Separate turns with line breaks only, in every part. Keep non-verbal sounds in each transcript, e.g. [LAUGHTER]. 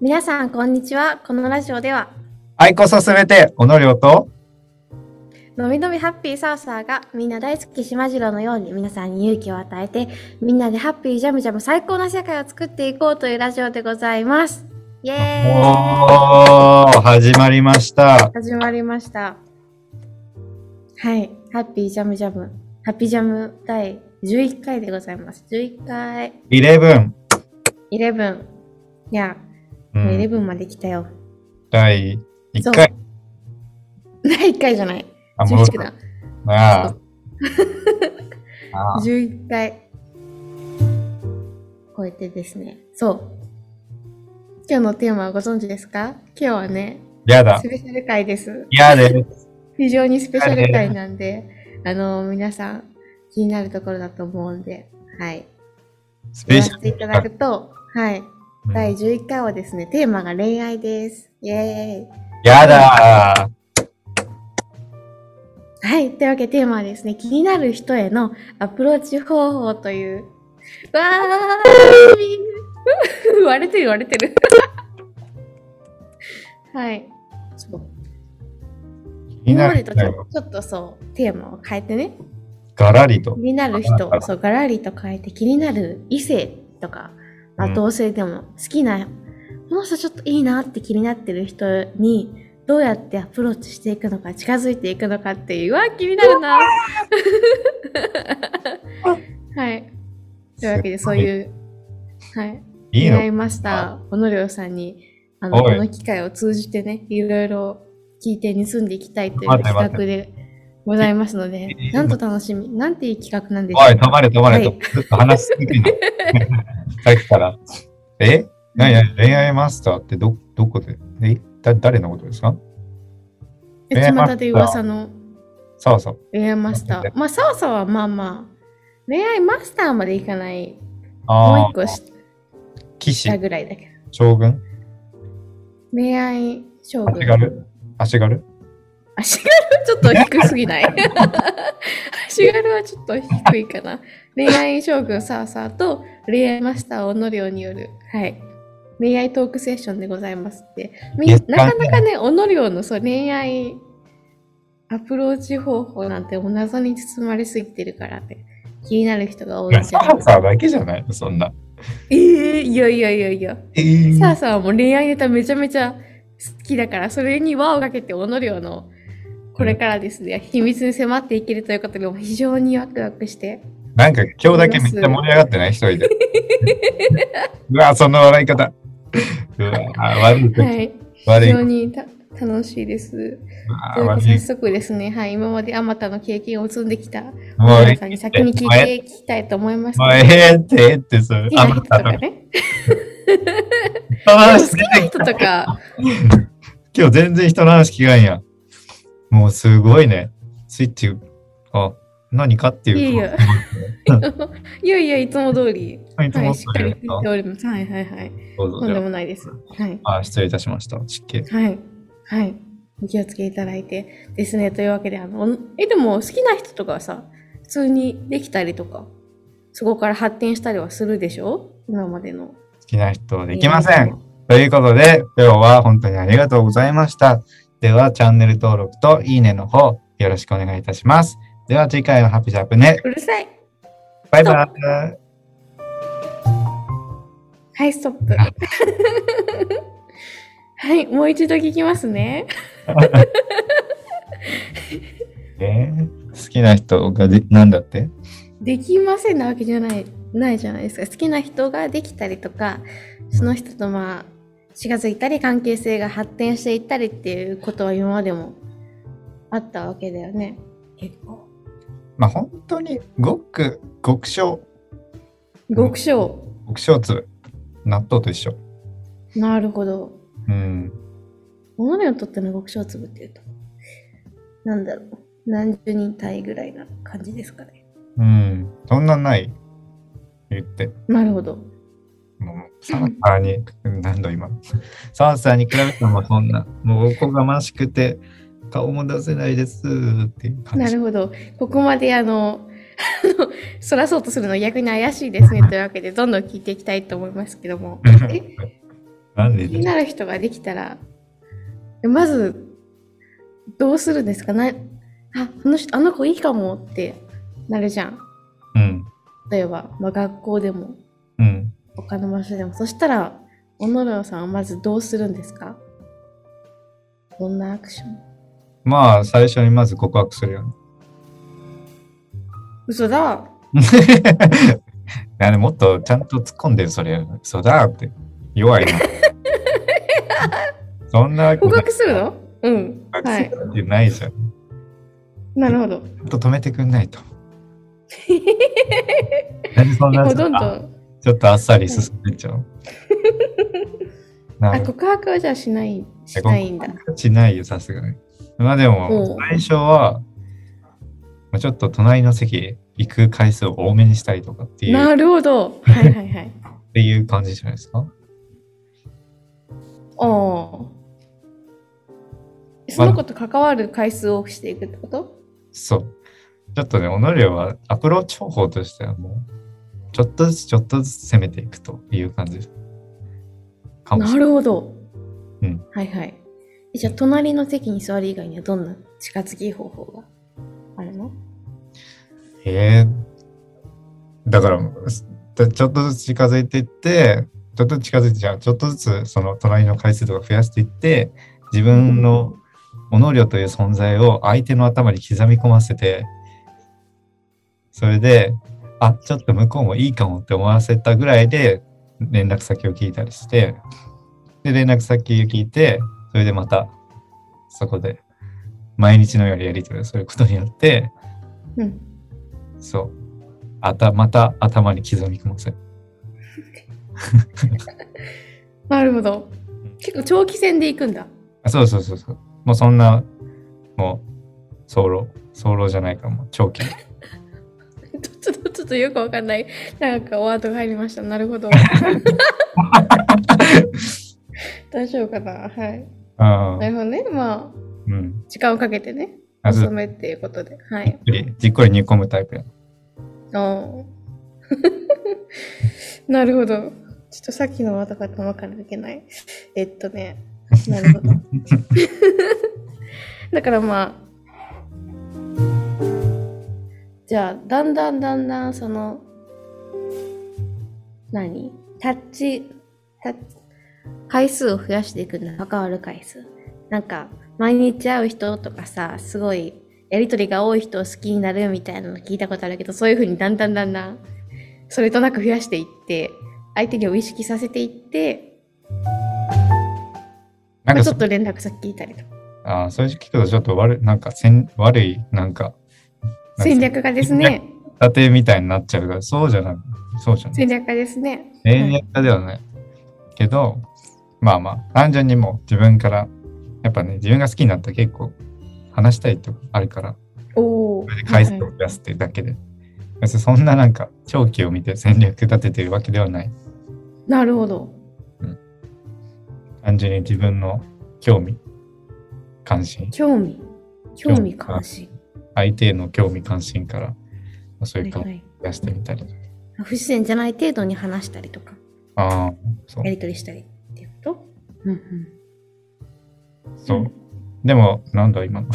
皆さん、こんにちは。このラジオでは、
愛こそすべて、おのりょうと、
のびのびハッピーサウサーがみんな大好きしまじろうのように皆さんに勇気を与えて、みんなでハッピージャムジャム最高な世界を作っていこうというラジオでございます。イエーイ
おー、始まりました。
始まりました。はい。ハッピージャムジャム。ハッピージャム第11回でございます。11回。
11、
11。いや、
う、
もうん11まで来たよ。 [LAUGHS]
第1回。
第1回じゃない。
あ、戻っ
11
た
だ。
なあ。あ
11回超えてですねそう今日のテーマはご存知ですか今日はね
やだ
ス。ペシャル回です
嫌です。
非常にスペシャル回なんであの皆さん気になるところだと思うんではい
スペ
言わ
シ
せ
ャ
ていた
ル
だくとはい
うん。
第11回はですねテーマが恋愛ですイエーイ
やだ。
はいというわけでテーマはですね気になる人へのアプローチ方法というわー [LAUGHS] 割れてる割れてるはい。そう
気に
今
な
まで
る
とちょ
人
ちょっとそう、テーマを変えてね。
ガラリと
気。になる
あな
人
んか、
そう、ガラリと変えて、気になる異性とか、ま
う
あ、
ん
同性でも、好きな、この人ちょっといいなって気になってる人に、どうやってアプローチしていくのか、近づいていくのかっていう、うわ、気になるな。 [LAUGHS] はい。というわけで、そういう、はい。
いい
出
の
会いました小野涼さんにあの
お
こ
い
の機会を通じてねいろいろ聞いて盗んでいきたいという
待って
企
待って
画でございますので
え
なんと楽しみなんていい企画なんでしょ
おい、
う
止まれ止まれと。
は
ずっと話し続け
[LAUGHS]
なさっきから。え何や恋愛マスターってど、どこでえだ誰のことですか
え巷で噂の
さあさあ。
恋愛マスターまあ澤さはまあまあ恋愛マスターまでいかないもう
あ
一個、
あ
し
騎
た
士、
ぐらいだけど
将軍、
恋愛将軍
足軽足軽
足軽ちょっと低すぎない足軽はちょっと低いかな。恋愛将軍サーサーと恋愛マスター小野涼による、はい、恋愛トークセッションでございますって。み
い
な
ですかね
かなかね、小野涼のそう恋愛アプローチ方法なんてお謎に包まれすぎてるからね。気になる人が多
い
いん
や、
じ
サ
ゃない
ーサーだけじゃないそんな。
ええいやいやいやいや。
えー
サーサーはもう恋愛ネタめちゃめちゃ好きだから、それに輪をかけて、おのりょうの、これからですね、秘密に迫っていけるということで、もう非常にワクワクして。
なんか今日だけめっちゃ盛り上がってない一人で。うわ、その笑い方。うわ、悪い。
はい。
悪
非
い。
常にた楽しいです。
うわ
というわ
悪
けで
い。
早速ですね、はい、今まであまたの経験を積んできた、
もうえ
皆さんに先に聞いていきたいと思います。
もうええって、ええって、それ
好き。
あ
な
ま
人と
た
か
の。
ね。
人
好きな人とか、
の話聞かん今日全然人の話聞かんやん。もうすごいね。スイッチ、あ、何かって
いやい
いう
や、いやいや、いつも通り、
と。いつ
は
も
い、しっ
そう
か
い
り
う
聞いております。はいはいはい。
どうぞ
とん
じ
で
ゃ
もないです。はい。
ああ、失礼いたしました。失敬。
はい。はい。お気をつけいただいてですね。というわけで、あの、え、でも好きな人とかはさ、普通にできたりとか、そこから発展したりはするでしょ今までの。
好きな人はできません。。ということで、今日は本当にありがとうございました。では、チャンネル登録といいねの方、よろしくお願いいたします。では、次回のハピジャップね。
うるさい。
バイバイ。
はい、ストップ。 [LAUGHS] はい、もう一度聞きますね。
えー好きな人がでなんだって
できませんなわけじゃない、ないじゃないですか。好きな人ができたりとか、その人とまあ、近づいたり、関係性が発展していったりっていうことは今までもあったわけだよね。結構。
まあ、本当にごく極小、
極小。
極小粒。納豆と一緒。
なるほど。
うん。
物にとっての極小粒っていうと、なんだろう。何十人単位ぐらいな感じですかね。
うん。そんなない言って。
なるほど。
もう、サーサーに、何度今。サーサーに比べてもそんな、もうおこがましくて、顔も出せないですっていう感
な
じ。
るほど。ここまであの、 [LAUGHS] あのそらそうとするの逆に怪しいですね。というわけで、どんどん聞いていきたいと思いますけども。え
[LAUGHS] なんで
気に
だ
なる人ができたら、まず、どうするんですかなあ、この人、あの子いいかもってなるじゃん。
うん。
例えば、まあ、学校でも、
うん。
他の場所でも。そしたら、小野寺さんはまずどうするんですかどんなアクション
まあ、最初にまず告白するよね。 [LAUGHS]
嘘だ
いやでももっとちゃんと突っ込んでる、それ。そうだって。弱い
[LAUGHS]
な。そんなわけ
告
ない
白するのうん。
告
は
白
い
す。るわけないじゃん。ち
なるほど。
ょっと止めてくんな
[LAUGHS]
いと。何そんな
もうどんど
あ
ん。
ちょっとあっさり進んでっちゃう。な
あ、
るほ
告白はじゃあしない、しないんだ。
どしないよ、さすがに。まあで
うん
も、最初は、まあちょっと隣の席行く回数を多めにしたりとかっていう、っ
なるほど。はいはい [LAUGHS] はい。
ていう感じじゃないですか。
おーその子と関わる回数を多くしていくってこと
そう。ちょっとね、己はアプローチ方法としてはもう、ちょっとずつちょっとずつ攻めていくという感じかもし
な
れな
る
い。
ほど。
うん
はいはい。えじゃあ、隣の席に座る以外にはどんな近づき方法があるの
えーだから、だちょっとずつ近づいていって、ちょっとずつ近づいて、じゃあちょっとずつその隣の回数とか増やしていって、自分の己という存在を相手の頭に刻み込ませて、それで、あ、ちょっと向こうもいいかもって思わせたぐらいで、連絡先を聞いたりして、で、連絡先を聞いて、それでまた、そこで、毎日のようにやり取りをすることによって、
うん。
そう。あた、また頭に刻み込ませる。
なるほど。結構長期戦で行くんだ。 [LAUGHS]
あそうそうそうそう。もうそんな、もう、早漏。早漏じゃないかも。長期。
ちょっと、ちょっとよくわかんない。なんかワードが入りました。なるほ [LAUGHS] ど。大丈夫かなはい。
あ
な
あ。
るほどね。まあ、
うん。
時間をかけてね。
あそう
遅めっていうことで。は
じっ
い。
くり、じっくり煮込むタイプや。
おー [LAUGHS] なるほど。ちょっとさっきのはだから頭から抜けない。えっとね。なるほど。 [LAUGHS] だからまあ。じゃあ、だんだんだんだんその、何タッチ、タッチ、回数を増やしていくんだ。関わる回数。なんか、毎日会う人とかさ、すごい、やりとりが多い人を好きになるみたいなの聞いたことあるけど、そういうふうにだんだんだんだん、それとなく増やしていって、相手にを意識させていって、
な
まあ
んか
ちょ
そ
っ、と連絡先聞いたりとか。
ああ、そういう聞くとちょっと悪い、なんかせん、悪い、なんか、なんか
戦略家ですね。
盾みたいになっちゃうから、そうじゃない。そうじゃない。
戦略家ですね。
戦略家ではない。けど、まあまあ、単純にもう自分から、やっぱね、自分が好きになったら結構話したいとかあるから、
おお。
回数を増やすっていうだけで、別にそんななんか長期を見て戦略立ててるわけではない
なるほど。
単純に自分の興味関心
興味。興味関心。
相手への興味関心からまあそう
はい
いう
は
感じを
い
出してみたり、
不自然じゃない程度に話したりとか、
ああそう
やりとりしたりっていうことうんうん。
そうでもなんだ今の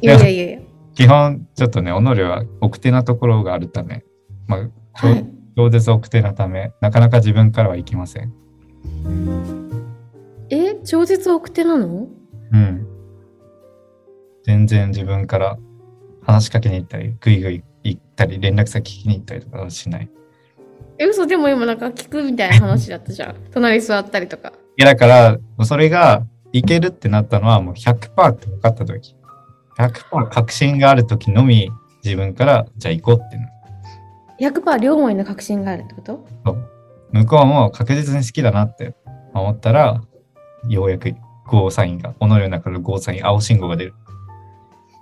いやいやいやい
基本ちょっとね己は奥手なところがあるためまあ
や。はい。
超絶奥手なためなかなか自分からはいきません
え超絶奥手なの
うん。全然自分から話しかけに行ったり、ぐいぐい行ったり、連絡先聞きに行ったりとかはしない。い
え嘘でも今なんか聞くみたいな話だったじ [LAUGHS] ゃん隣座ったりとか
や、だから、それが行けるってなったのはもう100%って分かった時100%確信がある時のみ、自分から、じゃあ行こうってなる
100%両思いの確信があるってこと
そう向こうも確実に好きだなって思ったら、ようやくゴーサインが、己の中のゴーサイン、青信号が出る。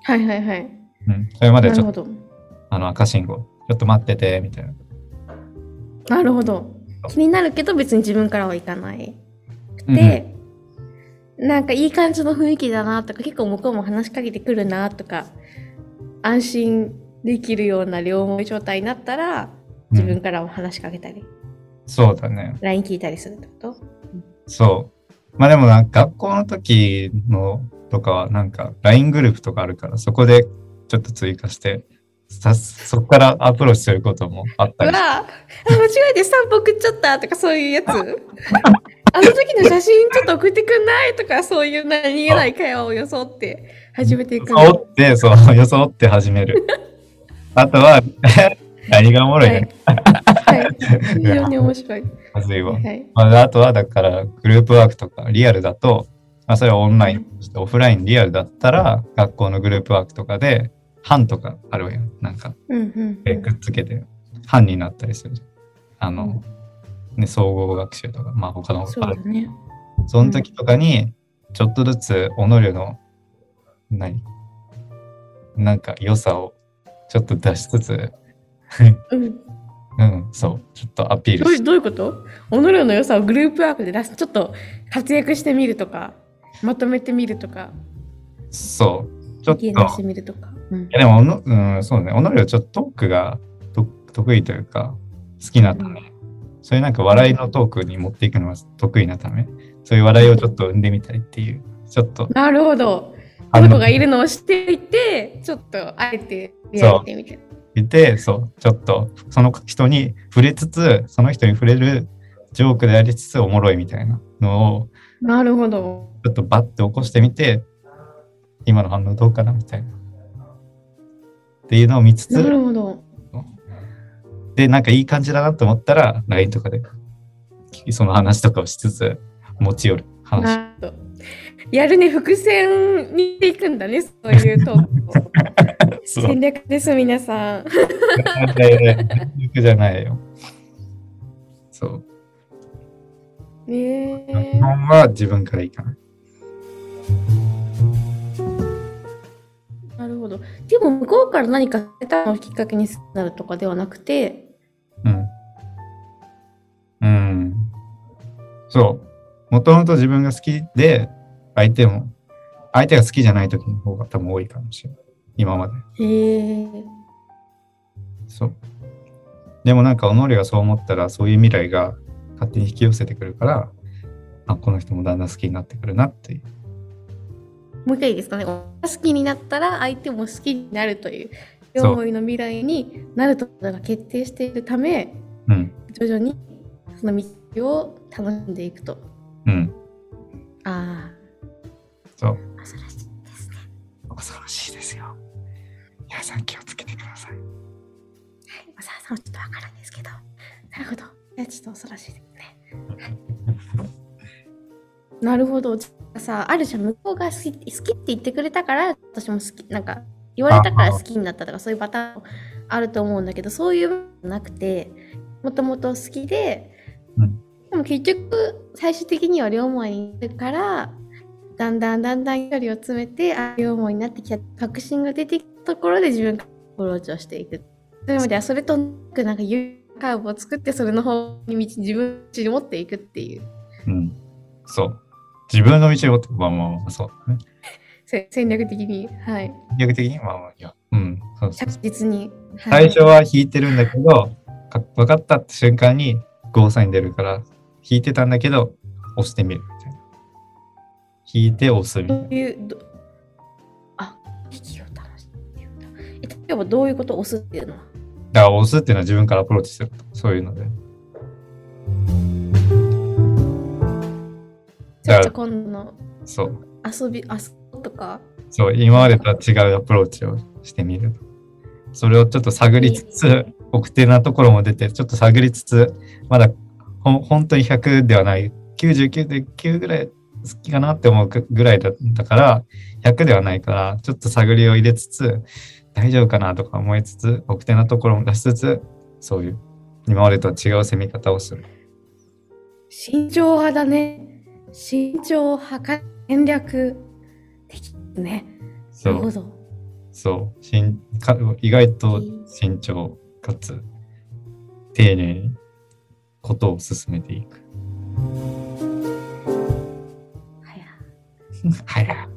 はいはいはい
うん。それま
な
でち
る
ょ
ほ
っと、
ど
あの赤信号、ちょっと待ってて、みたいな。
なるほど気になるけど別に自分からはいかない
うん
で、なんかいい感じの雰囲気だなとか結構向こうも話しかけてくるなとか安心できるような両思い状態になったら
うん
自分からも話しかけたり、
そうだね。
LINE 聞いたりするってこと
そう。まあでもなんか学校の時のとかはなんか LINE グループとかあるからそこでちょっと追加してさそこからアプローチすることもあっ
う
た
わ
り
あ間違えて散歩食っちゃったとかそういう
[LAUGHS]
やつあの時の写真ちょっと送ってくんないとかそういう何気ない会話を装って始めていく
装ってそう [LAUGHS] 装って始め
[LAUGHS]
るあとは [LAUGHS] 何がおもろいね、 [LAUGHS]
はい、はい、非常に面白い。
まずいわ、
はい、
まあ、あとはだからグループワークとかリアルだと、まあ、それはオンラインそしてオフラインリアルだったら学校のグループワークとかで班とかあるわよなんか
うんうんう
え
ん
くっつけて班になったりするじゃんあの、ね、総合学習とかまあ他の
そうだね。
その時とかに、ちょっとずつ、己の、何なんか良さを、ちょっと出しつつ、
うん、
うん、そう、ちょっとアピー
どう
ル
い
し
どういうこと己の良さをグループワークで出すちょっと活躍してみるとかまとめてみるとか
そう、ちょっ
意
と、い
見出してみるとか、うん
やでもおの、うん、そうね、己はちょっとトークがと得意というか、好きなため、そういうなんか笑いのトークに持っていくのは得意なため、そういう笑いをちょっと生んでみたりっていう、ちょっと、
なるほど
あ
こ
の
の子がいるのを知っていてちょっとあえてやってみて
いて、そう、ちょっとその人に触れつつ、その人に触れるジョークでありつつおもろいみたいなのを、
なるほど
ちょっとバッて起こしてみて、今の反応どうかなみたいな。っていうのを見つ
な
つ、
るほど
で、なんかいい感じだなと思ったら、LINE とかで、その話とかをしつつ、持ち寄る話。
なるほどやるね伏線にしていくんだねそういうトークを
[LAUGHS] そう。
戦略です皆さん
いやいやいやじゃないよ。そう。
ね
基
え
本は自分からいかない。
なるほどでも向こうから何かたのをきっかけになるとかではなくて
うん。うん。そう。もともと自分が好きで、相手も、相手が好きじゃない時の方が多分多いかもしれない。今まで。
へえ
そう。でもなんか、おのりがそう思ったら、そういう未来が勝手に引き寄せてくるから、あ、この人もだんだん好きになってくるなっていう。
もう一回いいですかね。好きになったら相手も好きになるという
そう
両思いの未来になるということが決定しているため、
うん。
徐々にその道を楽しんでいくと。
うん。
あ
そう。
あ、恐ろしいですね。
恐ろしいですよ。皆さん気をつけてください。
小沢さんはちょっとわからんですけど。なるほど。いやちょっと恐ろしいです
[LAUGHS]
ね。なるほど。じゃあさ、あるじゃん、向こうが好き好きって言ってくれたから、私も好き、なんか言われたから好きになったとか、そういうパターンもあると思うんだけど、そういうのじゃなくて、もともと好きで、
うん
でも結局、最終的には両思いになるから、だんだんだんだん距離を詰めて、あ両思いになってきた確信が出てきたところで自分からアプローチをしていく。そういう意味では、それとなく、なんか、ユーカーブを作って、それの方に道自分の道に持っていくっていう。
うん。そう。自分の道をって、まあまあまあ、そうだね。
せ戦略的に、はい、
戦略的にまあまあいや、うん、そうそう
着実に。は
最
い、
初は弾いてるんだけど、か分かったって瞬間にゴーサイン出るから、弾いてたんだけど、押してみるみたいな。弾いて押すみたい
ど
な。
ういう、どあ、引きを楽しんでいるんだえ例えばどういうことを押すっていうのは
だから押すっていうのは自分からアプローチすると。そういうので。
じゃ
だから
あ今度の
そう。
遊び、遊ぶとか。
そう、今までとは違うアプローチをしてみると。それをちょっと探りつつ、奥手なところも出て、ちょっと探りつつ、まだほん本当に100ではない、99.9ぐらい好きかなって思うぐらいだったから、100ではないから、ちょっと探りを入れつつ、大丈夫かなとか思いつつ、奥手なところも出しつつ、そういう、今までとは違う攻め方をする。
慎重派だね。慎重派か戦略的ですね。
そ
なるほ
う、
ど。
そう、しんか意外と慎重かつ丁寧にことを進めていく。
はや
はいはい。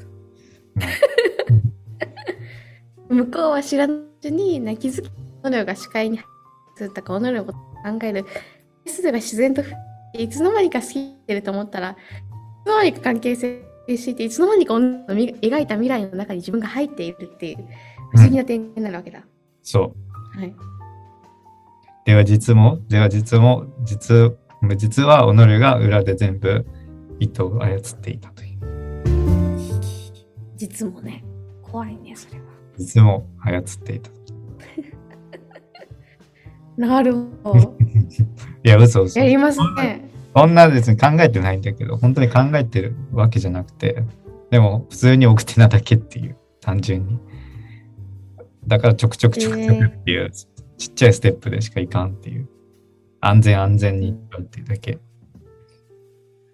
向こうは知らずに泣きづきの量が視界に入ったかおのることを考える回数が自然と増えいつの間にか好きってると思ったらいつの間にか関係性していていつの間にか女のみ描いた未来の中に自分が入っているっていう不思議な点になるわけだ。
そう。
はい、
では実も、では実も、実、実は己が裏で全部糸を操っていたという。
実もね怖いねそれは。
実も操っていた。
なるほ [LAUGHS] ど。
いや、嘘嘘
や。りますね。
そんな別に考えてないんだけど、本当に考えてるわけじゃなくて、でも普通に奥手なだけっていう、単純に。だからちょくちょくちょくちょくっていう、ちっちゃいステップでしかいかんっていう。安全安全に行くっていうだけ。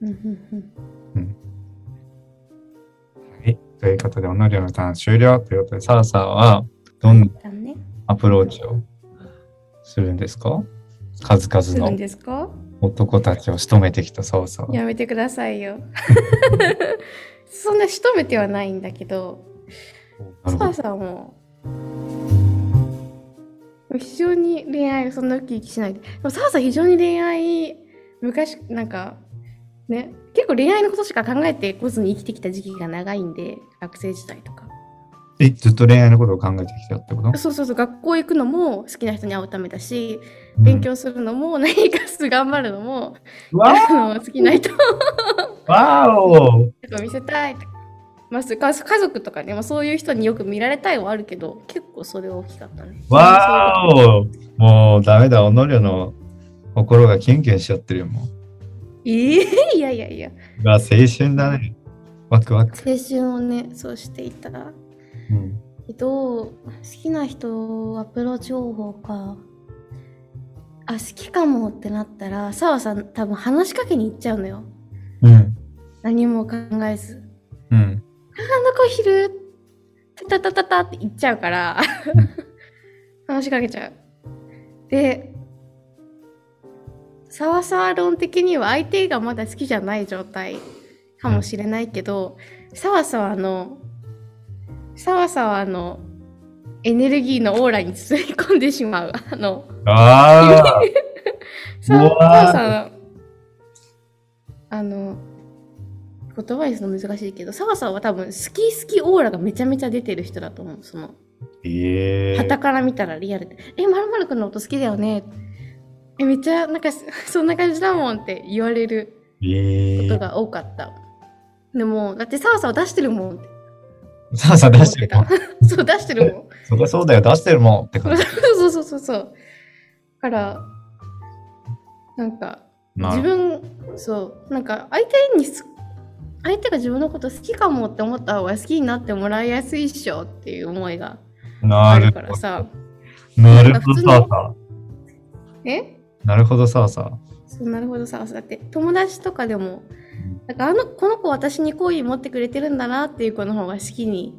うんうんうん
はい。ということで、おのりょのターン終了ということで、サラさんはどんな
だね。
アプローチをするんですか数
する
々
ん
の
ですか
男たちを仕留めてきたサラさんは。
やめてください [LAUGHS] よ。そんな仕留めてはないんだけど、
な
サ
るほど
ラさんも非常に恋愛そんなウキウキしないで。でもサラさん非常に恋愛昔なんかね結構恋愛のことしか考えてこずに生きてきた時期が長いんで学生時代とか。
え、ずっと恋愛のことを考えてきたってこと
そうそうそう学校行くのも好きな人に会うためだし勉強するのも [LAUGHS] 何かす頑張るのも、
うんわ
あの好きな人
ーわーお
とか見せたいとか、まあ、そうか家族とかね、まあ、そういう人によく見られたいはあるけど結構それは大きかったね。
わーおもうダメだ、おのりょの心がキュンキュンしちゃってるよ、も
えー、いやいやいや
う。うわ、青春だね。ワクワク。
[LAUGHS] 青春をねそうしていた
うん、
けど好きな人をアプローチ方法かあ好きかもってなったら澤さん多分話しかけに行っちゃうのよ
うん、
何も考えず。
うん。
あの子昼タタタタタって言っちゃうから
うん、
話しかけちゃう。で、さわさわ論的には相手がまだ好きじゃない状態かもしれないけど、さわさわの、さわさわのエネルギーのオーラに包み込んでしまう。あの、
ああ、
[LAUGHS] さ
うわー
わさん、あの、言葉にするの難しいけど、サワさんは多分、好き好きオーラがめちゃめちゃ出てる人だと思う。その、
ええ
旗から見たらリアルで。え、まるまるくんの音好きだよね。え、めっちゃ、なんか、 [LAUGHS] そんな感じだもんって言われる
え
こと
え
が多かった。でも、だってサワさんは出してるもんって
さあさあ出
思っ
し
て
てるも
た
ん。。
そう、出してるもん。
[LAUGHS] そりゃそうだよ、出してるもんって感じ。
そうそうそうそうそう。だから、なんか、
な
自
る
分そうなんか相手にす相手が自分のこと好きかもって思った方が好きになってもらいやすいっしょっていう思いが
な
ある
るほ
から
ど。
さ
なるほど、
普通
さ
の
あさ
え
あ。なるほど、さあさ
そうなるほどさだって友達とかでもなんかあのこの子私に好意持ってくれてるんだなっていう子の方が好きに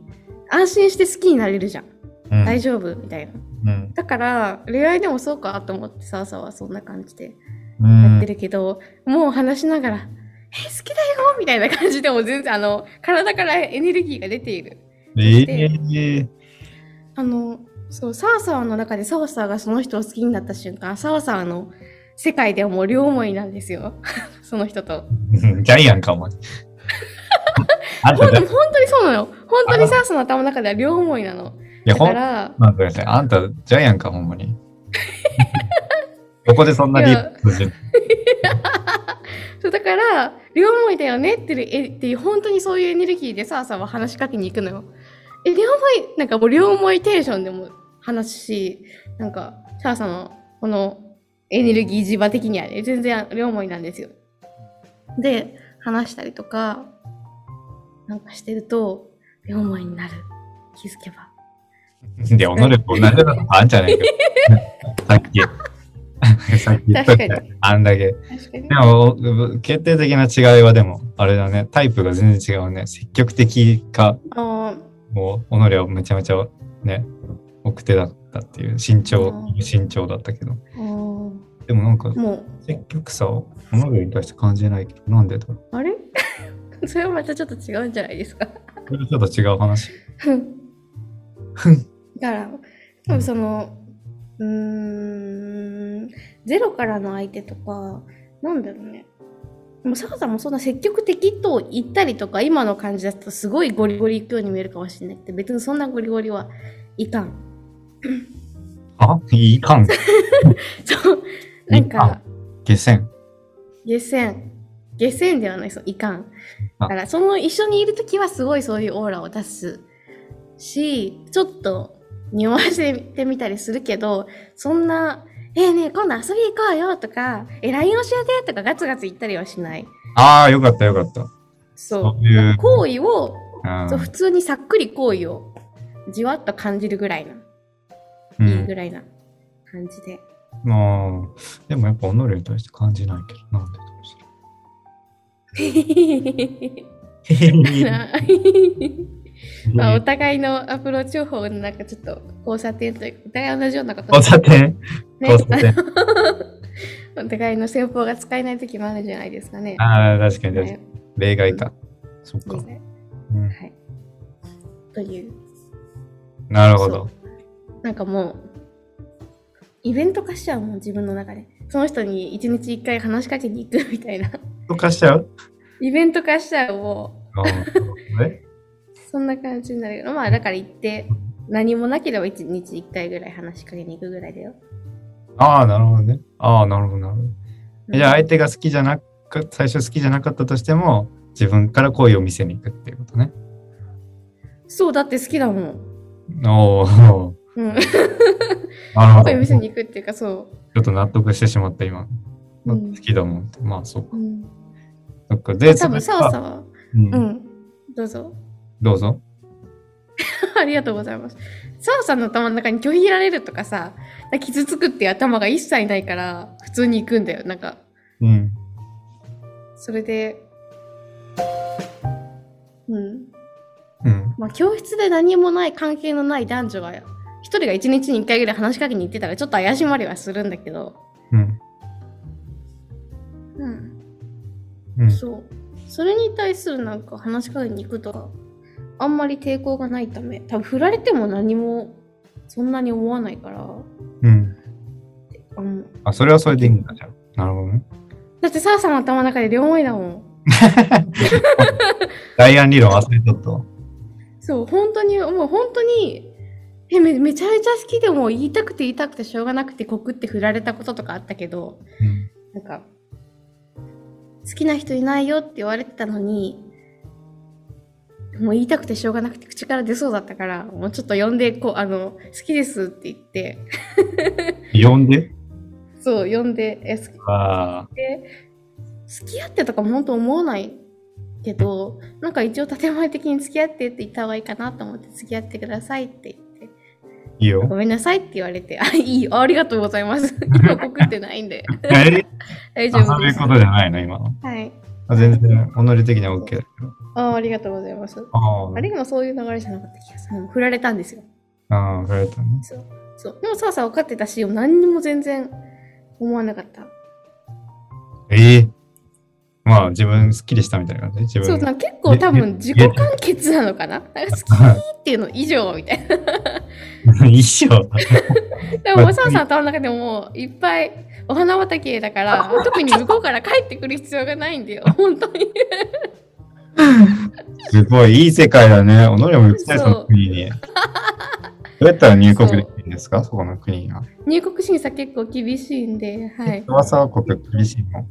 安心して好きになれるじゃん、
あ。うん、
大丈夫みたいな
うん。
だから恋愛でもそうかと思ってさわさはそんな感じで
う
やって
ん。
るけど、もう話しながら「え好きだよ」みたいな感じでも全然あの体からエネルギーが出ている
え
て
え
あのそうサワサワの中でサワサワがその人を好きになった瞬間サワサワの世界ではもう両思いなんですよ [LAUGHS] その人 [LAUGHS] と
うんジャイアンかも。
[LAUGHS]
あん
本
た、
当
い
に本当にそうなの本当にサワサワの頭の中では両思いなの
や、
だ
ほん
から
なんかね、あんた、ジャイアンか、ほんまに。ここでそんな理由。
そうだから両思いだよねっていうえっていう本当にそういうエネルギーでサワサワ話しかけに行くのよえ両思いなんかもう両思いテンションでも話すしなんかサワさんのこのエネルギー磁場的にはね全然両思いなんですよで話したりとかなんかしてると両思いになる気づけば
で、おのれと同じようなとこあんじゃないか。
[LAUGHS]
さっき。 [LAUGHS] さっき言ったじゃん
確か
あんだけ。
確かに
でも、決定的な違いはでも、あれだね、タイプが全然違うね。積極的か、
あ
もう、おのれはめちゃめちゃ、ね、奥手だったっていう、慎重
うん、
慎重だったけど。
ーあーも
でもなんか、
う
積極さを、おのれに対して感じないけど、なんでだろう。
あれ [LAUGHS] それはまたちょっと違うんじゃないですか
これはちょっと違う話。
ふん
ふん。
[LAUGHS] だから多分そのうーんゼロからの相手とかなんだろうね。でもう、坂さんもそんな積極的と言ったりとか、今の感じだとすごいゴリゴリ行くように見えるかもしれないけど、別にそんなゴリゴリはいかん。
あいいかん。
そう。なん
いかん
か、
下船。
下船。下船ではない、そう、いかん。
あ
だから、その一緒にいるときはすごいそういうオーラを出すし、ちょっと匂わせてみたりするけど、そんな、えー、ねえ今度遊び行こうよとか、えー、LINE 教えてとかガツガツ言ったりはしない。
ああ、よかったよかった。
そう。
そういう
行為を、そう
あ
普通にさっくり行為をじわっと感じるぐらいな、
う
いい
ん
ぐらいな感じで。 [LAUGHS]
まあ、でもやっぱ己に対して感じないけど、なんでかもしれない。
まあ、お互いのアプローチ方法のなんかちょっと交差点というお互い同じようなこと
交差点
ね
交差点。
[LAUGHS] お互いの戦法が使えない時もあるじゃないですかね。
ああ、確かに確かに
ね。
例外か。そっか。うん
はい。という、
なるほど。
なんかもう、イベント化しちゃうもん、自分の中で。その人に一日一回話しかけに行くみたいな。 [LAUGHS]
とかしちゃう
イベント化しちゃう、も
あーえ
う。そんな感じになるけど、まあ、だから行って、何もなければ一日一回ぐらい話しかけに行くぐらいだよ。
ああ、なるほどね。ああ、なるほど、なるほど。
うん
えじゃあ相手が好きじゃなく、最初好きじゃなかったとしても、自分から恋を見せに行くっていうことね。
そう、だって好きだもん。
おお、
うん。
なるほ
そういう
ど。
店
ち
に行くっていうかそ
ょっと納得してしまった今。
う。う
好
ん。
きだもんって。まあ、そうか
う。ん、
そっか。で、
多分
そ
さ
れは
わさは、
うん
うん、どうぞ。 [LAUGHS]
どうぞ。
ありがとうございます。さわさんの頭の中に拒否られるとかさ、傷つくっていう頭が一切ないから、普通に行くんだよ。なんか、
うん。
それで、うん。
うん。
まあ、教室で何もない関係のない男女が、一人が一日に一回ぐらい話しかけに行ってたら、ちょっと怪しまれはするんだけど、
うん。
うん。
うん。
そう。それに対するなんか話しかけに行くとか、あんまり抵抗がないため、多分振られても何もそんなに思わないから、
うん。
うん、
あ、それはそれでいいんだじゃん。なるほどね。
だってサーさんの頭の中で両思いだもん。
ダイアン理論忘れとったわ。
そう、本当に、もう本当に、えめめちゃめちゃ好きでもう言いたくて言いたくてしょうがなくて告って振られたこととかあったけど、
うん。
なんか、好きな人いないよって言われてたのに、もう言いたくてしょうがなくて口から出そうだったから、もうちょっと呼んで、こう、あの、好きですって言って、
呼んで
そう、呼んで、え、好き
ああ。
で、付き合ってとかも本当思わないけど、なんか一応建前的に付き合ってって言った方がいいかなと思って、付き合ってくださいって言って、
いいよ。
ごめんなさいって言われて、あ、いいよ、ありがとうございます。 [LAUGHS] 今告ってないんで、
え
大丈
あそう
夫
い
で
う
す。
ことじゃないの、今の。
はい。
あ全然、己的には OK だけど。
あありがとうございます。
あー
あれもそういう流れじゃなかった気がする。振られたんですよ。
あー、振られたね。
そう。そうでもさあさあ分かってたし、何にも全然思わなかった。
ええまあ、自分すっきりしたみたいな感じ自分
そう、なんか結構多分自己完結なのかな。なんか好き
[LAUGHS]
っていうの以上みた [LAUGHS] いな。
一緒。
でもさあさん頭の中でもいっぱいお花畑だ [LAUGHS] から、特に向こうから帰ってくる必要がないんだよ。 [LAUGHS] 本当に。
すごい、いい世界だね。おのりも行きたい、
そ
そうの国に。どうやったら入国できるんですかそこの国が。
入国審査結構厳しいんで、はい。
噂は国厳しいの。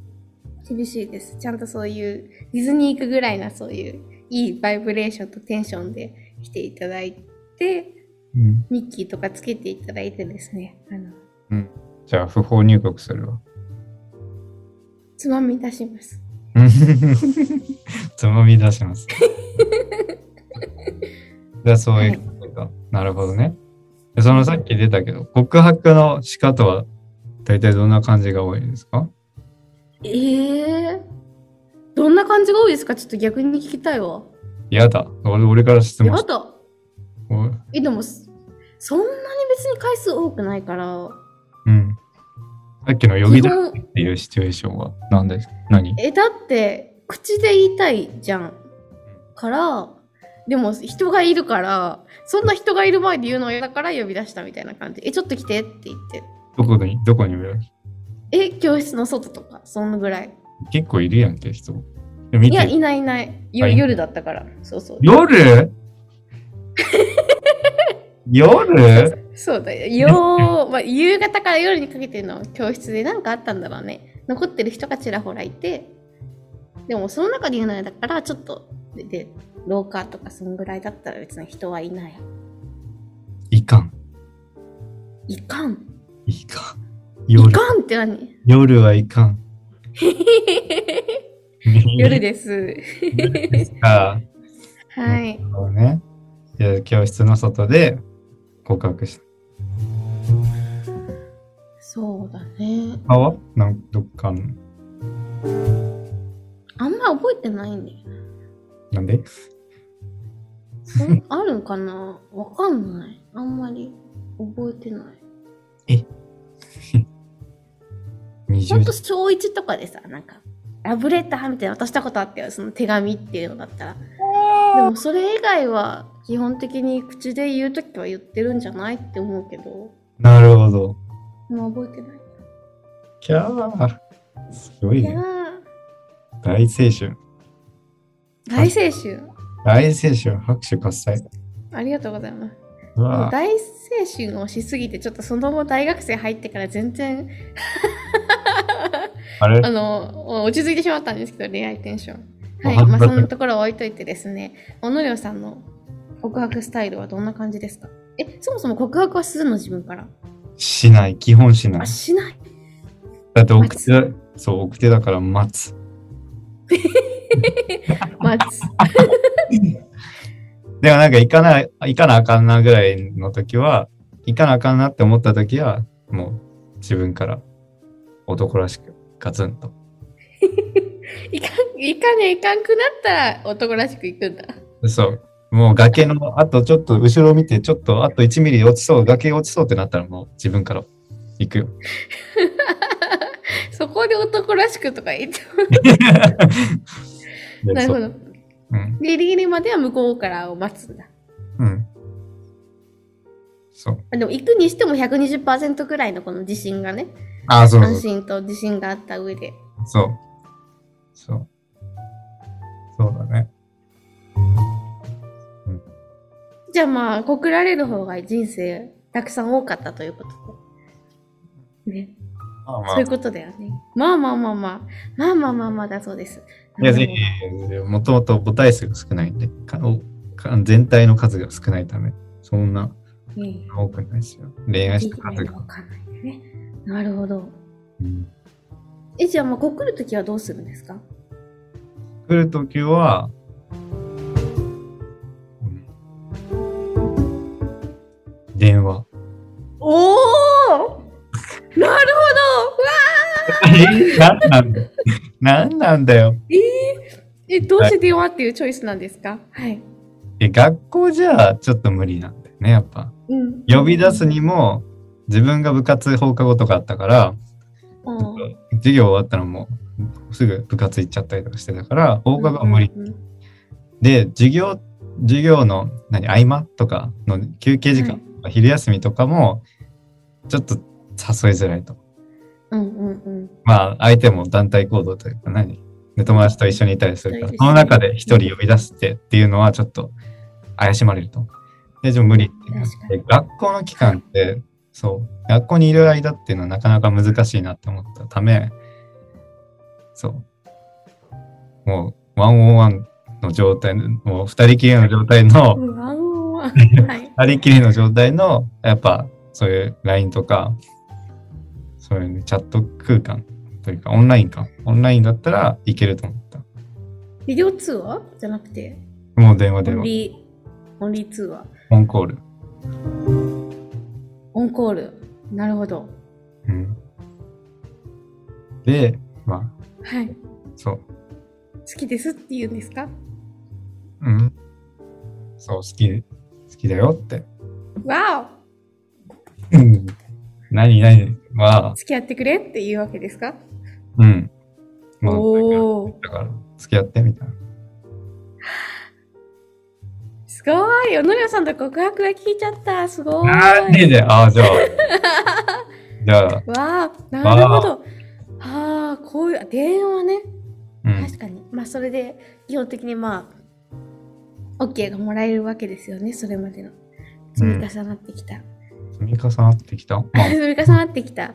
厳しいです。ちゃんとそういう、ディズニー行くぐらいなそういう、いいバイブレーションとテンションで来ていただいて、
うん。
ミッキーとかつけていただいてですね、あの、
じゃあ、不法入国す
[LAUGHS]
るわ。
つまみ出します。
つまみ出し
[LAUGHS]
ます。じゃあ、そういうことか。なるほどね。でそのさっき出たけど、告白の仕方は大体どんな感じが多いですか
ええどんな感じが多いですかちょっと逆に聞きたいわ。
やだ。俺俺から質問
や
し
だ。
おい
え、でも、そそんなに別に回数多くないから、
うん。さっきのヨギ
基
だっ
本、
ていうシチュエーションは何です何
え、だって、口で言いたいじゃん。から、でも人がいるから、そんな人がいる前で言うのは嫌だから呼び出したみたいな感じ。え、ちょっと来てって言って。
どこにどこにいる
え、教室の外とか、そんぐらい。
結構いるやんけ、人。でも見
いや、
て
いないいない。よ
あいない
夜だったから。そうそう。
夜夜
そうだよ。
[LAUGHS]
よう、まあ、夕方から夜にかけての教室で何かあったんだろうね。残ってる人がちらほらいて、でもその中で言うならだから、ちょっと、で、で廊下とかそんぐらいだったら別に人はいない。
いかん。
いかん。
いかん。
い
夜
かんって
[LAUGHS]
何
夜はいかん。
夜です。
ですか。
[LAUGHS] はい。
そうね。いや教室の外で告白した。
そうだね。
あはなんどっかの
あんま覚えてないんだよね。
なんで
そんあるんかなわかんない。あんまり覚えてない。ほん
?20
と
時。
小1とかでさ、なんか、ラブレターみたいなの渡したことあったよ、その手紙っていうのだったら。でもそれ以外は、基本的に口で言うときは言ってるんじゃないって思うけど、
なるほど。
もう覚えてない。
キャー。すごい
いや
ね。
ー、
大青春。
大青春。
大青春。拍手喝采。
ありがとうございます。
う
もう
わぁ。
大青春をしすぎて、ちょっとその後大学生入ってから全然、
あれ
あの、落ち着いてしまったんですけど、恋愛テンション。はい、
わか
ま
っ
あ
た
そんなところを置いといてですね、小野涼さんの告白スタイルはどんな感じですかえ、そもそも告白はするの自分から。
しない。基本しな
あ、
い。
しない。
だって奥手だ、そう、奥手だから待つ。
待つ。
でもなんか行かない、行かなあかんなぐらいの時は、行かなあかんなって思った時は、もう自分から男らしくガツンと。
いかん、いかねいかんくなったら男らしくいくんだ。
そう。もう崖の、あとちょっと後ろ見て、ちょっとあと1ミリ落ちそう、崖落ちそうってなったらもう自分から行く
[LAUGHS]
よ。
そこで男らしくとか言って。
で
なるほ
そう
ど。
うん。
ギリギリまでは向こうからを待つんだ。
うん。そう。
でも行くにしても120%くらいのこの自信がね、
ああ、そうそう
安心と自信があった上で。
そう。そう。そうだね。
じゃあまあ、告られる方が人生たくさん多かったということで。ね、
まあま
そういうことだよね。まあまあまあまあ、まあまあまあまあだそうです。
いや、ぜひ、もともと母体数が少ないんで、かおか全体の数が少ないため、そんな
ね
多くないですよ。恋愛した数が。
わかんないんだね。なるほど。
うん、
え、じゃあまあ、告るときはどうするんですか
来るときは、うん電話。
おおなるほどうわ
え何なんだ [LAUGHS] 何なんだよ。
え、どうして電話っていうチョイスなんですかはい。
え、学校じゃちょっと無理なんだよね、やっぱ。
うん
呼び出すにも、自分が部活放課後とかあったから、
うん
授業終わったらもうすぐ部活行っちゃったりとかしてたから放課後は無理、
うんうん
で授業授業の何合間とかの休憩時間、昼休みとかもちょっと誘いづらいと
うんうんうん
まあ相手も団体行動というか何で友達と一緒にいたりするから
そうです
そ
ね
の中で一人呼び出してっていうのはちょっと怪しまれるとでじゃあ無理ってなっ
確か
て
に
学校の期間ってそう学校にいる間っていうのはなかなか難しいなって思ったためそうもうワンオンワンの状態もう二人きりの状態の
うん。うわうわ
[LAUGHS]
はい。
ありきりの状態の、やっぱ、そういう LINE とか、そういうねチャット空間というか、オンラインか。オンラインだったらいけると思った。
ビデオ通話じゃなくて、
もう電話
オ
電
ン
話。
リー、オンリー通話。
オンコール。
オンコール。なるほど。
うん。で、まあ、
はい。
そう。
好きですって言うんですか
うん。そう、好き、好きだよって。
わ
うん何何は
お、付き合ってくれって言うわけですか
うん。まあ、
おお
だから、付き合ってみたいな。
すごい小野涼さんと告白が聞いちゃった。すごい。
なんでだよ。ああ、じゃあ。じゃあ、
わあ、なるほど。こういうあ電話ね
うん
確かにまあそれで基本的にまあ OK がもらえるわけですよねそれまでの積み重なってきた、
積み重なってきた。まあ
[LAUGHS] 積み重なってきた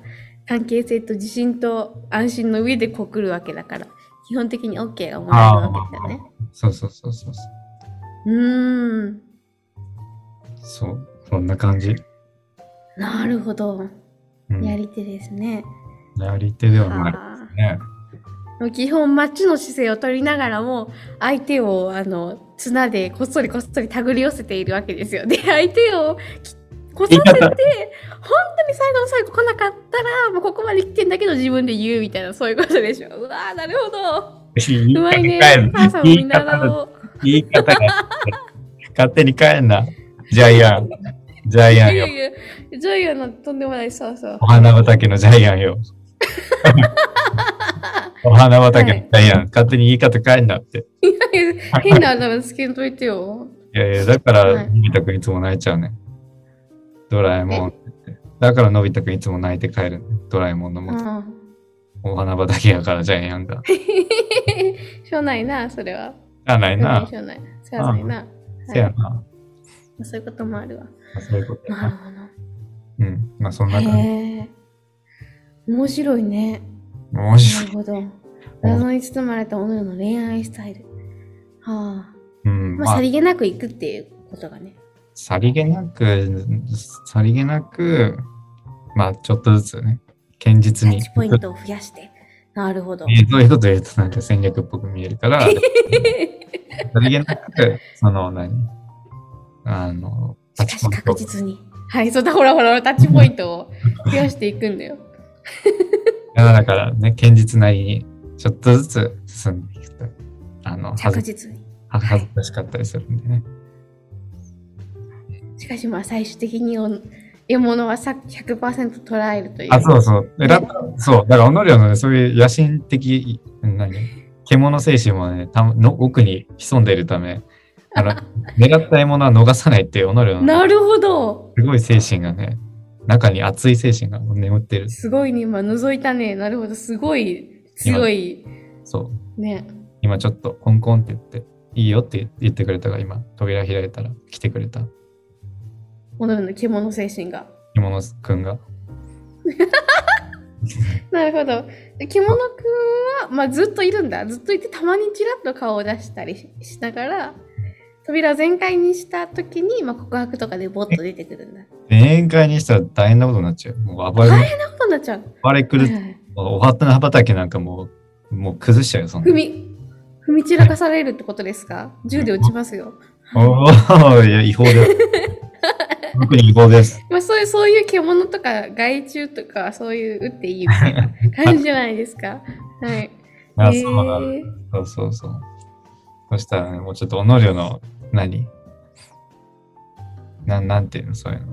関係性と自信と安心の上で告るわけだから基本的に OK がもらえるわけだね
そうそうそうそうそう
ーん
う。そう、そんな感じ。
なるほど
うん、
やり手ですね、
やり手ではない
あー
ね。
もう基本マッチの姿勢を取りながらも相手をあの綱でこっそりこっそり手繰り寄せているわけですよ。で相手をきこさせて
言い
本当
方
に最後の最後来なかったらもうここまで来てんだけど自分で言うみたいなそういうことでしょ。うわーなるほど。
言いう
ま
方
いね
変える。。
母さんも
[LAUGHS]
見
言い方
習
が、
おう。
言い方が。勝手に変えんな。ジャイアン。ジャイアン
いや
よ
い。やジョイアのとんでもないそうそう
お。花畑のジャイア
[LAUGHS]
ンよ。お花畑のジャイアン。勝手に言い方変えんなって。
いやいや変なあだ名つけんといてよ。
いやいや、だか
は
ら、
い
のび太くんいつも泣いちゃうね。ドラえもんって言って。だから、のび太くんいつも泣いて帰るね。ドラえもんの
う
もと。
ん。 [LAUGHS]
お花畑やから、ジャイアンが。
しょうないなそれは。
あ、ないな。
しょうない。しょうないな。
せやな。
まあそういうこともあるわ。
まあそういうことや
なる
な。
ほ
うん。まあ、そん
ど。
な感じ。
へえ。面白いね。
面
な
白
る
い。
ほど。謎に包まれた己の恋愛スタイル。はあ。
うん。
ま
ま
あ、さ
あ、
りげなくいくっていうことがね。
さりげなく、さりげなく、まあ、ちょっとずつね、堅
タ
実に
ッチ。ポイントを増やして。なるほど。 [LAUGHS]
えーどういうこと言うとなんか戦略っぽく見えるから、さりげなく、その、何あの、
しかし確実に。はい、そうだ、ほらほら、タッチポイントを増やしていくんだよ。
いやだからね、堅実なりに、ちょっとずつ進んでいくと、あの、恥
着
ず
実に。
は恥ずかしかったりするんでね。
しかし、まあ、最終的に獲物はさ100%捉えるという。
あ、そうそう。えだからそう、だから、おのりょうのね、そういう野心的、何獣精神もね、たの奥に潜んでいるため、
[LAUGHS]
あの、狙った獲物は逃さないっていう、おのりょうの
なるほど。
すごい精神がね、中に熱い精神が眠ってる。
すごいね、今覗いたね。なるほど、すごい強い
そう。
ね。
今ちょっとコンコンって言って、いいよって言ってくれたが、今、扉開いたら来てくれた
おのるの獣精神が。
着物くんが。
なるほど。で獣くんは、まあ、ずっといるんだ。ずっといて、たまにちらっと顔を出したりししながら、扉を全開にした時に、まあ、告白とかでボッと出てくるんだ。
宴会にしたら大変なことになっちゃう。もう暴れ、
そんなことになっちゃう。
暴れ狂
は
っ
い
て、
はい
お花畑なんかもう、もう崩しちゃうよ、そんな
踏。み、踏み散らかされるってことですか銃で撃ちますよ。
おお、いや、
[LAUGHS]
違法です。特に違法です。
まあ、そういう、そういう獣とか、害虫とか、そういう撃っていいみたいな感じじゃないですか。はい。
あ、
へー
そうなの。そうそうそう。そしたらね、もうちょっと、おのりょの、何なん、なんていうの、そういうの。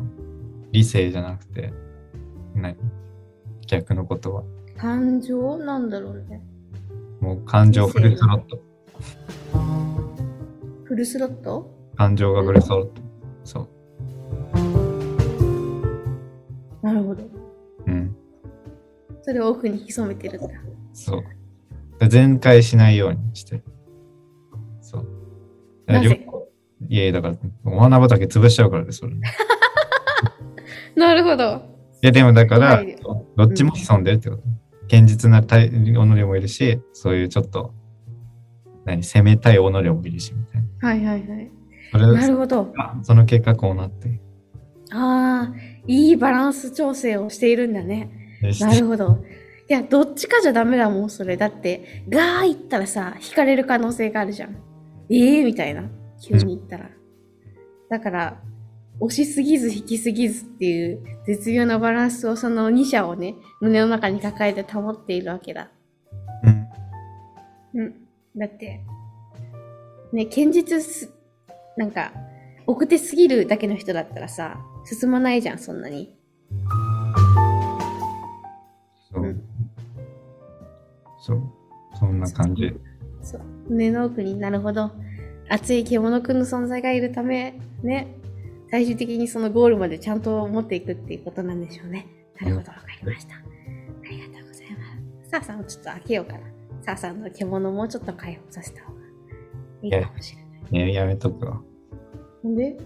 理性じゃなくて、何逆のことは。
感情なんだろうね。
もう感情フルスロット。
フルスロット
感情がフルスロット。そう。
なるほど。
うん。
それを奥に潜めてるんだ。
そう。で全開しないようにして。そう。だから
なぜ
両方いやいや、だから、お花畑潰しちゃうからです、それ。い
なるほど。
や、でもだから、
はい
そうどっちも潜んでるってこと。堅実なたい己もいるし、そういうちょっと、何、攻めたい己もいるし、みたいな。
はいはいはい。
それ
なるほど。
その結果、こうなって。
ああ、いいバランス調整をしているんだね。
でして
なるほど。いや、どっちかじゃダメだもん、それ。だって、ガー行ったらさ、引かれる可能性があるじゃん。ええー、みたいな。急に行ったら。だから、押しすぎず引きすぎずっていう絶妙なバランスをその2者をね、胸の中に抱えて保っているわけだ。
うん
うん、だって、ね、堅実す、なんか、奥手すぎるだけの人だったらさ、進まないじゃん、そんなに。。
そううんそう。そんな感じ。
そう。胸の奥になるほど。熱い獣くんの存在がいるため、ね、最終的にそのゴールまでちゃんと持っていくっていうことなんでしょうね。なるほど、わかりました。ありがとうございます。サーさんをちょっと開けようかな。サーさんの獣をもうちょっと解放させた方がいいかもしれない。
ね、やめとくわ。 [LAUGHS]
なんで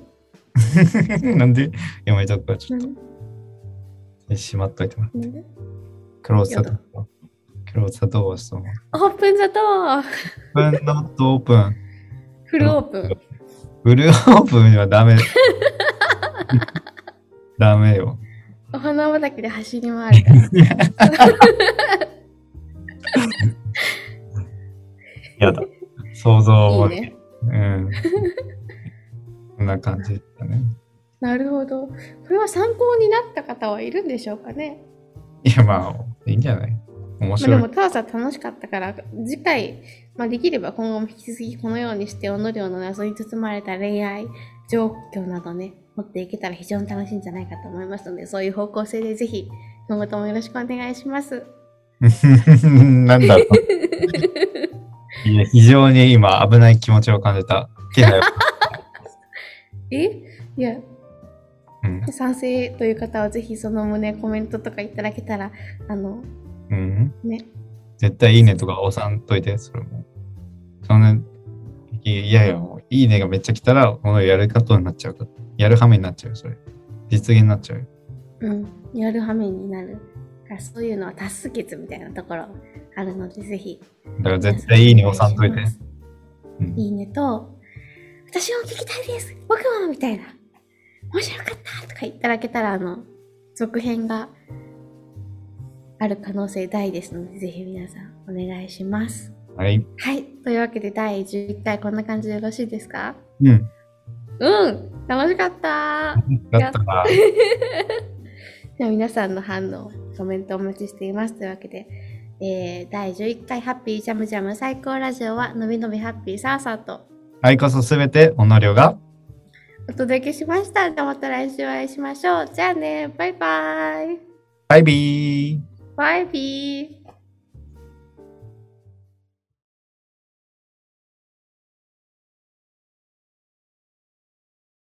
なんでやめとくわ、ち
な
ょっと
ん。
しまっといてもらって。
で
クローズドドア。クローズドドアしてもらう。
オープンザドア
オープンノットオープン。
フルオープン。
ブルーオープン
[LAUGHS]
はダメ。ダメよ。
お花畑で走り回る
[LAUGHS]
から。
やだ。想像
いい
を。
ね。
うん。 [LAUGHS] こんな感じだね。
なるほど。これは参考になった方はいるんでしょうかね。
いや、まあ、いいんじゃない面
まあ、で
白い。
も、タワさん楽しかったから、次回、まあ、できれば今後も引き続きこのようにして、おのりょうの謎に包まれた恋愛状況などね、持っていけたら非常に楽しいんじゃないかと思いますので、そういう方向性でぜひ、今後ともよろしくお願いします。 [LAUGHS]
[LAUGHS] なんだろういや、非常に今、危ない気持ちを感じた。気配を
えいや、
うん
賛成という方はぜひその旨コメントとかいただけたら、あの、
うん。
ね、
絶対いいねとか押さんといて、それも。そんな、いやいや、もういいねがめっちゃ来たら、このやることになっちゃうから。やるはめになっちゃうよ、それ。実現になっちゃうよ。
うん、やるはめになる。だからそういうのは多数決みたいなところあるので、ぜひ。
だから絶対いいね押さんといて。うん
いいねと、私も聞きたいです僕もみたいな。面白かったとか言っていただけたら、あの、続編がある可能性大ですので、ぜひ皆さんお願いします。
はい。
はい。というわけで、第11回こんな感じでよろしいですか
うん。
うん楽しかった
だったら、
では皆さんの反応、コメントお待ちしています。というわけで、えー、第11回ハッピージャムジャム最高ラジオは、のびのびハッピーサーサーと
はいこそすべて、おのりょうが。
お届けしました。じゃあまた来週お会いしましょう。じゃあね、バイバイ。
バイビー
バイビー。